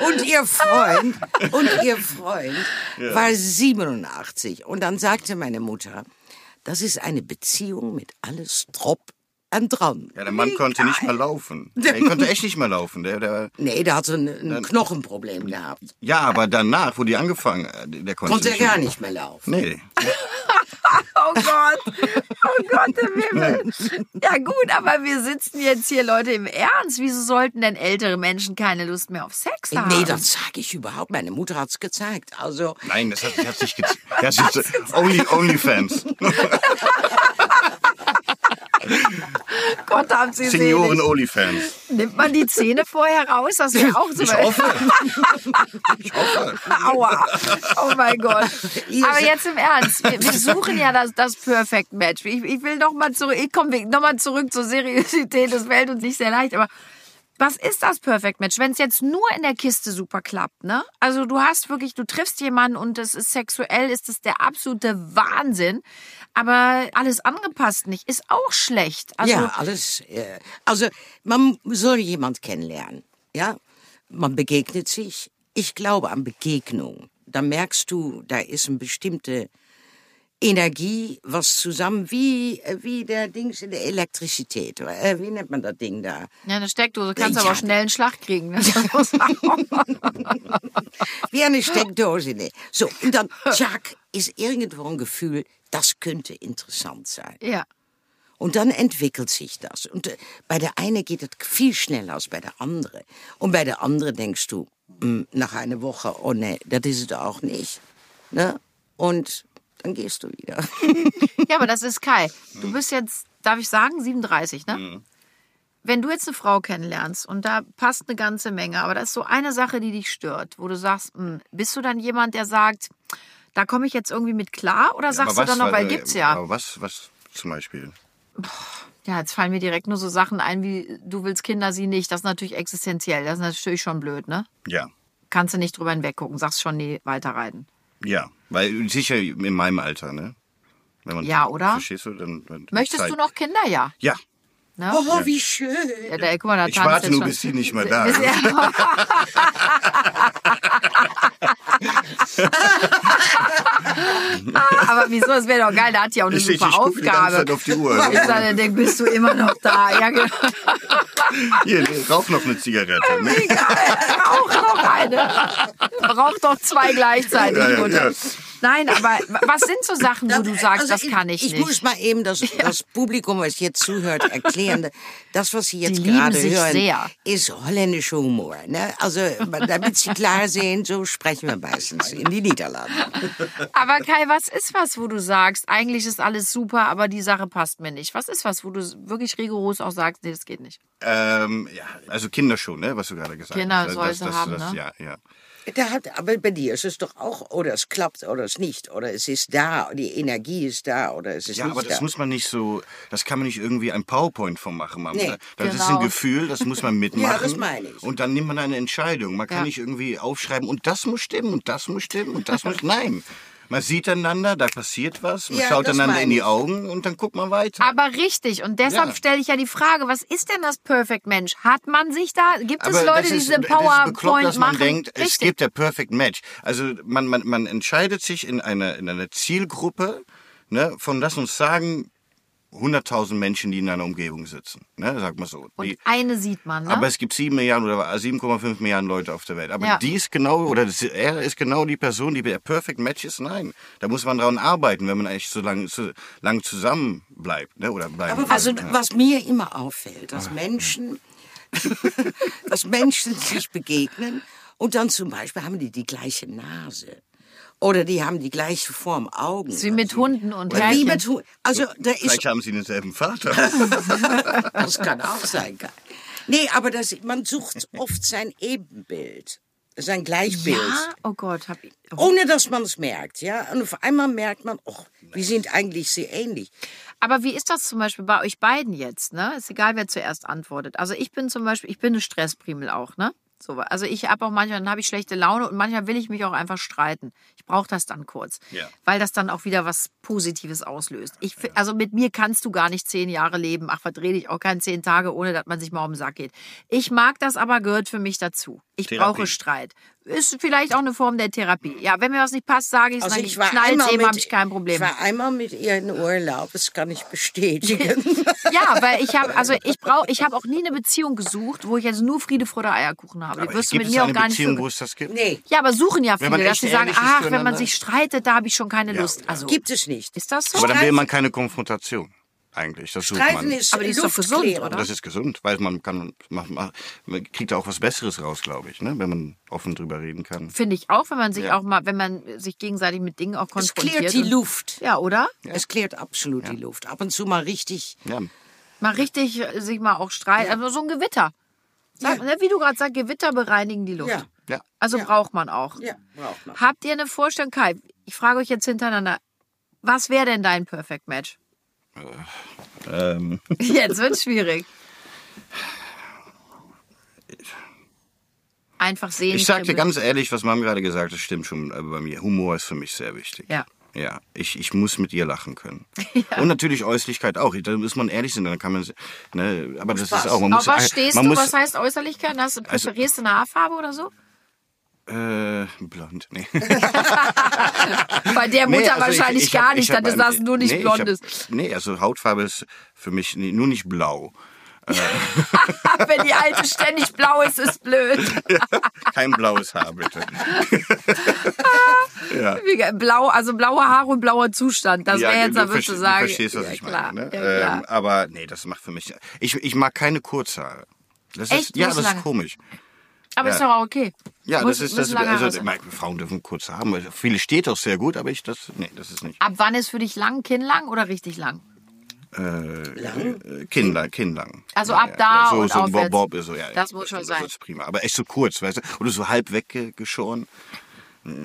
S2: Und ihr Freund, <laughs> und ihr Freund war 87. Und dann sagte meine Mutter, das ist eine Beziehung mit alles Drop und dran.
S3: der Mann konnte nicht mal laufen. Er konnte echt nicht mal laufen. Der, der,
S2: Nee, der hatte ein, ein Knochenproblem gehabt.
S3: ja, aber danach, wo die angefangen, äh, der konnte,
S2: Konnte er
S3: nicht
S2: gar
S3: mehr-
S2: nicht mehr laufen.
S3: Nee.
S1: Oh Gott, oh Gott im
S2: <laughs>
S1: Himmel. Ja gut, aber wir sitzen jetzt hier, Leute, im Ernst. Wieso sollten denn ältere Menschen keine Lust mehr auf Sex haben?
S2: Nee, das sage ich überhaupt. Meine Mutter hat's gezeigt. Also,
S3: Nein, das hat, das hat sich gez- das
S1: <laughs>
S3: ist only Onlyfans.
S1: Gott, haben sie selig.
S3: Senioren Onlyfans.
S1: Nimmt man die Zähne vorher raus? Das wäre auch so. <laughs>
S3: Ich hoffe. Ich hoffe.
S1: Aua. Oh mein Gott.
S2: Ihr
S1: Aber
S2: se-
S1: jetzt im Ernst, wir, wir suchen ja das, das Perfect Match. Ich, ich will nochmal zurück, ich komme nochmal zurück zur Seriosität. Das fällt uns nicht sehr leicht, aber Was ist das Perfect Match, wenn es jetzt nur in der Kiste super klappt, ne? Also du hast wirklich, du triffst jemanden und das ist sexuell, ist das der absolute Wahnsinn. Aber alles angepasst nicht, ist auch schlecht. Also,
S2: ja, alles. Äh, also man soll jemand kennenlernen. Ja, man begegnet sich. Ich glaube an Begegnung. Da merkst du, da ist eine bestimmte Energie, was zusammen wie äh, wie der Dings in der Elektrizität. Äh, wie nennt man das Ding da?
S1: ja eine Steckdose kannst
S2: Ja.
S1: aber auch schnell einen Schlag
S3: <laughs>
S1: kriegen. Ne? Das muss man auch
S2: Wie eine Steckdose. Ne? So und dann zack ist irgendwo ein Gefühl, das könnte interessant sein.
S1: ja.
S2: Und dann entwickelt sich das. Und äh, bei der einen geht es viel schneller als bei der anderen. Und bei der anderen denkst du, "Hm, nach einer Woche, oh nee, das ist es auch nicht. Ne? Und dann gehst du wieder. <laughs>
S1: ja, aber das ist Kai.
S3: Mhm.
S1: Du bist jetzt, darf ich sagen, 37, ne? Wenn du jetzt eine Frau kennenlernst und da passt eine ganze Menge, aber da ist so eine Sache, die dich stört, wo du sagst, hm, bist du dann jemand, der sagt, da komme ich jetzt irgendwie mit klar oder sagst
S3: Aber
S1: du dann
S3: was- äh,
S1: noch, weil gibt's ja.
S3: Aber was, was zum Beispiel?
S1: Ja, jetzt fallen mir direkt nur so Sachen ein wie, du willst Kinder, sie nicht. Das ist natürlich existenziell. Das ist natürlich schon blöd, ne?
S3: Ja.
S1: Kannst du nicht drüber hinweggucken, sagst schon, nee, weiterreiten.
S3: Ja. Weil sicher in meinem Alter, ne? Wenn man,
S1: Ja, oder?
S3: Verstehst du? Dann, dann
S1: Möchtest
S3: Zeit-
S1: du noch Kinder? Ja.
S3: Ja.
S1: Ne?
S2: Oh, wie schön.
S1: ja, der, guck mal, da
S3: Ich
S1: tanzt
S3: warte
S1: jetzt
S3: nur,
S1: schon.
S3: bis
S1: <laughs>
S3: sie nicht mehr da
S1: Bis-
S3: ist. <laughs>
S1: Ah, Aber wieso? Das wäre doch geil. Da hat ja auch eine
S3: Ich, ich,
S1: super
S3: ich gucke die ganze Zeit
S1: Aufgabe.
S3: auf die Uhr. also.
S1: Ich sage, denk, bist du immer noch da? Ja, genau. <laughs>
S3: Hier, rauch noch eine
S1: Oh,
S3: Zigarette. Ne?
S1: Auch noch eine. Braucht doch zwei gleichzeitig.
S3: Ja, ja,
S1: Mutter.
S3: ja.
S1: Nein, aber was sind so Sachen, wo du sagst,
S2: Also
S1: das kann ich,
S2: ich
S1: nicht?
S2: muss mal eben
S1: <laughs>
S2: das, das Publikum, was jetzt zuhört, erklären. Das, was Sie jetzt
S1: Die lieben
S2: gerade
S1: sich
S2: hören,
S1: sehr.
S2: ist holländischer Humor. Ne?
S1: <laughs>
S2: Also, damit Sie klar sehen, so sprechen wir meistens in die Niederlande.
S1: Aber Kai, was ist was, wo du sagst, eigentlich ist alles super, aber die Sache passt mir nicht? Was ist was, wo du wirklich rigoros auch sagst, nee, das geht nicht?
S3: Ähm, ja, also Kinder schon, ne? was du gerade gesagt
S1: Kinder
S3: hast. Das-
S1: soll
S3: das-
S1: sie
S3: das-
S1: haben,
S3: das-
S1: ne?
S3: Ja, ja.
S2: Da hat, aber bei dir ist es doch auch, oder es klappt oder es nicht, oder es ist da, die Energie ist da, oder es ist
S3: Ja,
S2: nicht
S3: aber das
S2: da.
S3: muss man nicht so, das kann man nicht irgendwie ein PowerPoint von machen. Man.
S2: Nee,
S3: das ist
S1: genau.
S3: ein Gefühl, das
S2: <laughs>
S3: muss man mitmachen.
S2: Ja, das meine ich.
S3: Und dann nimmt man eine Entscheidung. Man kann
S1: Ja.
S3: nicht irgendwie aufschreiben und das muss stimmen und das muss stimmen und das muss. <laughs> Nein. Man sieht einander, da passiert was, man
S2: Ja,
S3: schaut
S2: das
S3: einander
S2: meine
S3: in die
S2: ich.
S3: Augen und dann guckt man weiter.
S1: Aber richtig, und deshalb
S3: Ja.
S1: stelle ich ja die Frage, was ist denn das Perfect Mensch? Hat man sich da, gibt es Leute, die
S3: das ist-
S1: diese
S3: das ist bekloppt,
S1: PowerPoint
S3: dass man
S1: machen?
S3: denkt, es
S1: richtig.
S3: gibt der Perfect Match. Also man, man, man entscheidet sich in einer in einer Zielgruppe ne, von lass uns sagen 100.000 Menschen, die in einer Umgebung sitzen, ne, sag mal so.
S1: und
S3: Die,
S1: eine sieht man, ne?
S3: aber es gibt 7 Milliarden oder äh, 7,5 Milliarden Leute auf der Welt. Aber
S1: Ja.
S3: die ist genau oder das, er ist genau die Person, die der Perfect Match ist. Nein, da muss man dran arbeiten, wenn man eigentlich so lange so lang zusammen bleibt, ne, oder bleiben. will.
S2: Also,
S3: ja. Ah,
S2: was mir immer auffällt, dass Menschen, <laughs> dass Menschen sich begegnen und dann zum Beispiel haben die die gleiche Nase. Oder die haben die gleiche Form Augen.
S1: Wie mit
S3: also,
S1: Hunden und
S2: Oder
S1: Herrchen.
S2: wie mit Hunden. Also, da ist,
S3: Vielleicht haben sie
S1: <laughs>
S3: denselben Vater.
S2: das kann
S3: <laughs>
S2: auch sein. Geil. Nee, aber das, man sucht oft sein Ebenbild, sein Gleichbild.
S1: Ja? Oh Gott, hab ich. Oh.
S2: Ohne dass man es merkt, ja. Und auf einmal merkt man, oh, wir sind eigentlich sehr ähnlich.
S1: Aber wie ist das zum Beispiel bei euch beiden jetzt? Ne? Ist egal, wer zuerst antwortet. Also ich bin zum Beispiel, ich bin eine Stressprimel auch, ne? So, also ich habe auch manchmal, dann habe ich schlechte Laune und manchmal will ich mich auch einfach streiten. Ich brauche das dann kurz,
S3: Ja.
S1: weil das dann auch wieder was Positives auslöst. Ich, fi- also mit mir kannst du gar nicht zehn Jahre leben. Ach, verdreh dich auch keine zehn Tage, ohne dass man sich mal um den Sack geht. Ich mag das aber, gehört für mich dazu. Ich
S3: Therapie.
S1: brauche Streit. Ist vielleicht auch eine Form der Therapie. Ja, wenn mir was nicht passt, sage ich es,
S2: Also
S1: dann
S2: ich war
S1: knallt
S2: einmal
S1: eben,
S2: mit,
S1: habe ich kein Problem.
S2: Ich war einmal mit ihr in Urlaub, das kann ich bestätigen.
S1: <laughs> Ja, weil ich habe also ich brauche ich habe auch nie eine Beziehung gesucht, wo ich jetzt nur Friede vor der Eierkuchen habe. Die
S3: Aber
S1: wirst du
S3: gibt
S1: mit
S3: es
S1: mir auch
S3: eine
S1: gar
S3: Beziehung,
S1: nicht.
S3: wo
S1: so-
S3: es das
S2: <laughs>
S3: gibt?
S2: nee,
S1: Ja, aber suchen ja
S3: Wenn
S1: viele,
S3: man
S1: dass
S3: echt
S1: sie sagen,
S3: ehrlich ist
S1: ach, wenn man
S3: zueinander.
S1: sich streitet, da habe ich schon keine Lust.
S3: ja.
S1: Also
S2: gibt es nicht.
S1: ist das so?
S3: Aber dann will man keine Konfrontation eigentlich. Das sucht man.
S2: Streiten ist
S1: Aber die ist doch gesund,
S2: Luftklärung.
S1: oder?
S3: das ist gesund, weil man kann man, man- man kriegt da auch was Besseres raus, glaube ich, ne? wenn man offen drüber reden kann.
S1: Finde ich auch, wenn man sich auch mal, wenn man sich gegenseitig mit Dingen auch
S2: Es
S1: konfrontiert.
S2: klärt die
S1: und-
S2: Luft.
S1: Ja, oder?
S2: Es klärt absolut die Luft. Ab und zu mal richtig.
S3: Ja.
S1: Mal richtig äh, sich mal auch streiten. Also so ein Gewitter. Sag,
S2: Ja.
S1: ne, Wie du gerade sagst, Gewitter bereinigen die Luft.
S2: Ja.
S3: Ja.
S1: Also braucht man auch.
S2: Ja, braucht man.
S1: Habt ihr eine Vorstellung, Kai? Ich frage euch jetzt hintereinander. Was wäre denn dein Perfect Match?
S3: Ähm,
S1: Jetzt wird's schwierig. einfach sehen.
S3: Ich sag dir
S1: kribbeln.
S3: ganz ehrlich, was Mom gerade gesagt hat, stimmt schon äh, bei mir. Humor ist für mich sehr wichtig.
S1: Ja.
S3: Ja, ich, ich muss mit ihr
S1: <laughs>
S3: lachen können. Und natürlich Äußerlichkeit auch. Da muss man ehrlich sein, dann kann man. Ne, aber das ist auch. Man
S1: Auf
S3: muss,
S1: was stehst
S3: man
S1: du?
S3: Muss, Also
S1: was heißt Äußerlichkeit? Hast du präferierst du eine Haarfarbe oder so?
S3: äh, blond, nee.
S1: Bei der Mutter
S3: Nee, also ich-
S1: wahrscheinlich
S3: ich hab-
S1: gar
S3: ich
S1: nicht,
S3: hab
S1: dass
S3: ein-
S1: das nur nicht
S3: nee, ich
S1: blond
S3: hab-
S1: ist.
S3: Nee, also Hautfarbe ist für mich nee, nur nicht blau. <laughs>
S1: Wenn die alte ständig blau ist, ist blöd.
S3: Kein blaues Haar, bitte.
S1: Wie ge- Blau, also blaue Haare und blauer Zustand. Das wäre jetzt,
S3: du
S1: da würdest du
S3: verste-
S1: sagen.
S3: Du verstehst, was
S1: ja,
S3: ich
S1: klar,
S3: meine. Ne?
S1: Ja, klar.
S3: Ähm, aber nee, das macht für mich. Ich, ich mag keine Kurzhaare. Das
S1: Echt?
S3: ist, ja,
S1: Muss
S3: das
S1: lange.
S3: ist komisch.
S1: aber ist
S3: ja.
S1: doch auch okay.
S3: Ja,
S1: Muss-
S3: das
S1: müssen
S3: ist das.
S1: lange Haare
S3: Also,
S1: sein.
S3: meine, Frauen dürfen kurze haben. weil Viele steht doch sehr gut, aber ich das. Nee, das ist nicht.
S1: Ab wann ist für dich lang, kinnlang oder richtig lang?
S3: Äh, äh, Kinnlang, Kinnlang.
S1: Also
S3: ja,
S1: ab
S3: ja,
S1: da
S3: ja, so,
S1: und
S3: so ein
S1: aufwärts.
S3: Bob, Bob ist so, ja.
S1: Das muss schon sein.
S3: Das ist prima. Aber echt so kurz, weißt du? Oder so halb weggeschoren.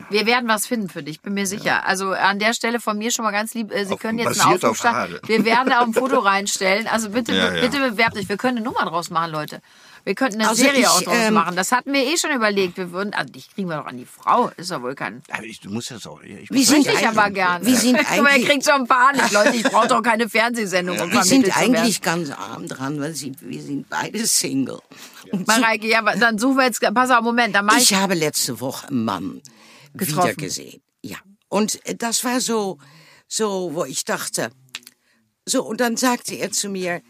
S1: Wir werden was finden für dich, bin mir sicher. Also an der Stelle von mir schon mal ganz lieb. äh, Sie
S3: Auf-
S1: können jetzt einen
S3: basiert
S1: Aufruf
S3: auf
S1: starten.
S3: Haare.
S1: Wir werden da ein
S3: <laughs>
S1: Foto reinstellen. Also bitte,
S3: Ja, ja.
S1: bitte bewerbt euch. Wir können eine Nummer draus machen, Leute. Wir könnten eine
S2: Also
S1: Serie
S2: ich,
S1: auch draus
S2: ähm,
S1: machen. Das hatten wir eh schon überlegt. Wir würden, also dich kriegen wir doch an die Frau. Ist doch wohl kein.
S3: Aber ich, du musst das auch. Ich
S2: Wie
S3: muss
S2: sind
S3: das
S1: Ich <laughs>
S2: eigentlich-
S1: aber gern.
S2: Wie sind
S1: Guck mal, ihr
S2: eigentlich-
S1: kriegt schon Panik, Leute. Ich brauche doch keine Fernsehsendung. um
S2: Wir sind
S1: vermittelt zu werden.
S2: eigentlich ganz arm dran, weil sie, wir sind beide Single. Und so-
S1: Mareike, ja, aber dann suchen wir jetzt. Pass auf, Moment. Dann mach ich,
S2: ich habe letzte Woche einen Mann
S1: Getroffen.
S2: wiedergesehen. Ja. Und äh, das war so, so, wo ich dachte, so, und dann sagte er zu mir,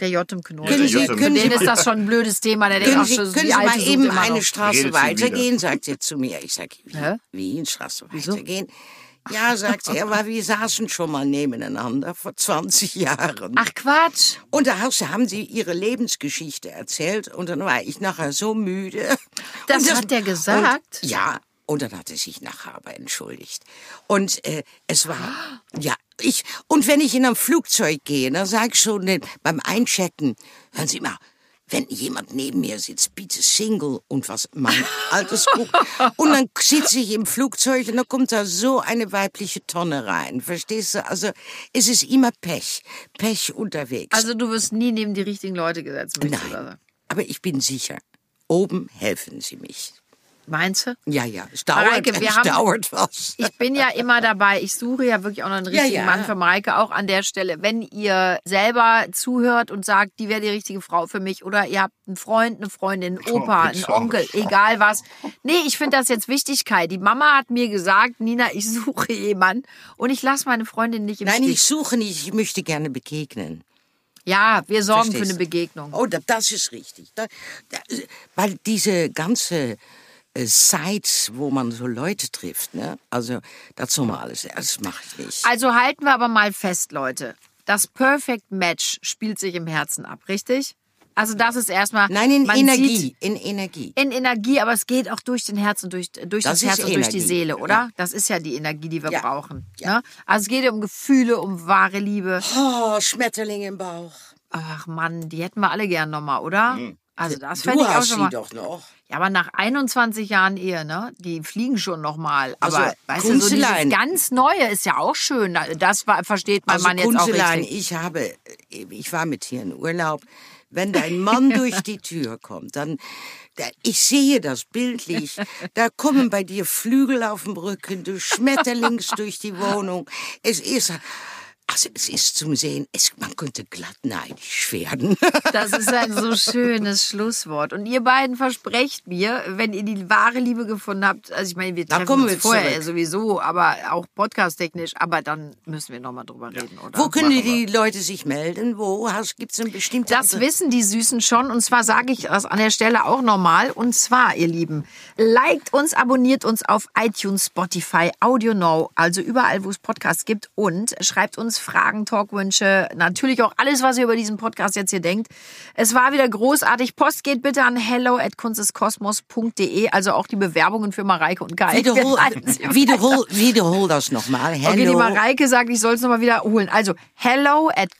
S1: der Jotem Knurr.
S2: Können
S3: Sie-
S1: Für
S3: können
S1: den
S2: Sie-
S1: ist das schon ein blödes Thema. Der denkt
S2: können
S1: auch
S2: Sie,
S1: schon, die
S2: können Sie
S1: Alte
S2: mal
S1: sucht
S2: eben
S1: immer
S2: eine
S1: noch.
S2: Straße
S3: Redet sie
S2: weitergehen, sagt er zu mir. Ich sage, wie,
S1: Hä?
S2: wie eine Straße
S1: Wieso?
S2: weitergehen? Ja, sagt er, weil wir saßen schon mal nebeneinander vor 20 Jahren.
S1: Ach Quatsch.
S2: Und da hast- haben sie ihre Lebensgeschichte erzählt und dann war ich nachher so müde.
S1: Das
S2: Und
S1: hat der gesagt?
S2: Und, ja, und dann hat er sich nachher aber entschuldigt. Und äh, es war, ja, ich, und wenn ich in ein Flugzeug gehe, dann sage ich schon den- beim Einchecken, hören Sie mal, wenn jemand neben mir sitzt, bitte Single und was mein altes Buch. Und dann sitze ich im Flugzeug und dann kommt da so eine weibliche Tonne rein. Verstehst du? Also es ist immer Pech. Pech unterwegs.
S1: Also du wirst nie neben die richtigen Leute gesetzt. möchtest du da
S2: Nein,
S1: sagen.
S2: aber ich bin sicher. Oben helfen sie mich.
S1: Meinst du?
S2: Ja, ja, es dauert,
S1: Mareike, wir
S2: es
S1: haben-
S2: dauert was.
S1: Ich bin ja immer dabei. Ich suche ja wirklich auch noch einen
S2: Ja,
S1: richtigen
S2: ja.
S1: Mann für Mareike, auch an der Stelle. Wenn ihr selber zuhört und sagt, die wäre die richtige Frau für mich oder ihr habt einen Freund, eine Freundin, einen Opa, einen
S3: gibt's auch.
S1: Onkel, egal was. Nee, ich finde das jetzt Wichtigkeit. Die Mama hat mir gesagt, Nina, ich suche jemanden und ich lasse meine Freundin nicht im
S2: Nein,
S1: Stich.
S2: ich suche nicht, ich möchte gerne begegnen.
S1: Ja, wir sorgen für
S2: Verstehst
S1: eine
S2: du?
S1: Begegnung.
S2: Oh, da- das ist richtig. Da, da, weil diese ganze äh, Sites, wo man so Leute trifft, ne? also das soll man alles, das mache ich nicht.
S1: Also halten wir aber mal fest, Leute. Das Perfect Match spielt sich im Herzen ab, richtig? Also das ist erstmal.
S2: Nein, in
S1: man Sieht
S2: Energie, in Energie.
S1: in Energie, aber es geht auch durch den Herz und durch, durch das,
S2: Das ist
S1: Herz und durch die
S2: Energie.
S1: Seele, oder?
S2: Ja.
S1: Das ist ja die Energie, die wir
S2: Ja.
S1: brauchen.
S2: Ja.
S1: Ne? Also es geht um Gefühle, um wahre Liebe.
S2: Oh, Schmetterling im Bauch.
S1: Ach Mann, die hätten wir alle gern nochmal, oder? Also das fände
S2: Du
S1: ich auch
S2: hast
S1: schon
S2: sie
S1: mal.
S2: doch noch.
S1: Ja, aber nach 21 Jahren Ehe, ne? Die fliegen schon nochmal. Aber
S2: Also,
S1: weißt du, so dieses
S2: Kunzelein.
S1: ganz Neue ist ja auch schön. Das war- versteht
S2: Also
S1: mein Mann jetzt auch
S2: Kunzelein,
S1: richtig.
S2: ich habe, äh, ich war mit dir in Urlaub. Wenn dein
S1: <laughs>
S2: Mann durch die Tür kommt, dann, da, ich sehe das bildlich. Da kommen bei dir Flügel auf dem Rücken, du schmetterlings
S1: <laughs>
S2: durch die Wohnung. Es ist, also es ist zum Sehen, es, man könnte glatt neidisch werden.
S1: Das ist ein so schönes Schlusswort. Und ihr beiden versprecht mir, wenn ihr die wahre Liebe gefunden habt, also ich meine, wir
S2: Da
S1: treffen
S2: kommen
S1: uns
S2: wir
S1: vorher
S2: zurück.
S1: sowieso, aber auch podcasttechnisch, aber dann müssen wir nochmal drüber reden, oder?
S2: <laughs> Wo können die Leute sich melden? Wo gibt es ein bestimmtes...
S1: Das wissen die Süßen schon und zwar sage ich das an der Stelle auch nochmal und zwar, ihr Lieben, liked uns, abonniert uns auf iTunes, Spotify, Audio Now, also überall, wo es Podcasts gibt und schreibt uns Fragen, Talkwünsche, natürlich auch alles, was ihr über diesen Podcast jetzt hier denkt. Es war wieder großartig. Post geht bitte an hello at kunsteskosmos.de, also auch die Bewerbungen für Mareike und Kai. Wir
S2: wiederhol,
S1: leiten sie
S2: wiederhol, wiederhol das nochmal.
S1: Okay, die
S2: Hello.
S1: Mareike sagt, ich soll es nochmal wiederholen. Also hello at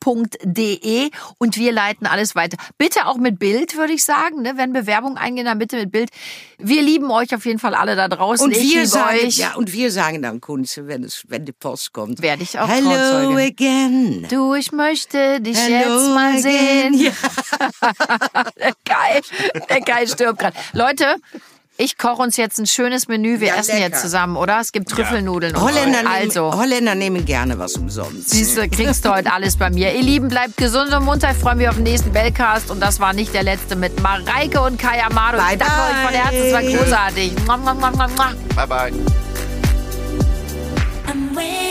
S1: kunsteskosmos.de und wir leiten alles weiter. Bitte auch mit Bild, würde ich sagen. Ne? Wenn Bewerbungen eingehen, dann bitte mit Bild. Wir lieben euch auf jeden Fall alle da draußen.
S2: Und
S1: ich
S2: wir
S1: liebe
S2: sagen,
S1: euch.
S2: ja, und wir sagen dann Kunze, wenn es, wenn die Post kommt. kommt.
S1: Werde ich auch
S2: Hello
S1: Trauzeugin.
S2: again.
S1: Du, ich möchte dich
S2: Hello
S1: jetzt mal
S2: again.
S1: sehen.
S2: Ja.
S1: <laughs> Der Kai, der Kai stirbt gerade. Leute, ich koche uns jetzt ein schönes Menü. Wir
S2: Ja,
S1: essen
S2: lecker.
S1: jetzt zusammen, oder? Es gibt Trüffelnudeln und
S2: Holländer,
S1: so. Also.
S2: nehmen, Holländer nehmen gerne was umsonst.
S1: Siehste, kriegst du heute alles bei mir. Ihr Lieben, bleibt gesund und munter. Ich freue mich auf den nächsten Bellcast. Und das war nicht der letzte mit Mareike und Kai Amado.
S2: Bye,
S1: ich danke
S2: bye.
S1: euch von Herzen, es war großartig. Mua, mua, mua, mua, mua.
S3: Bye bye.
S4: I'm waiting.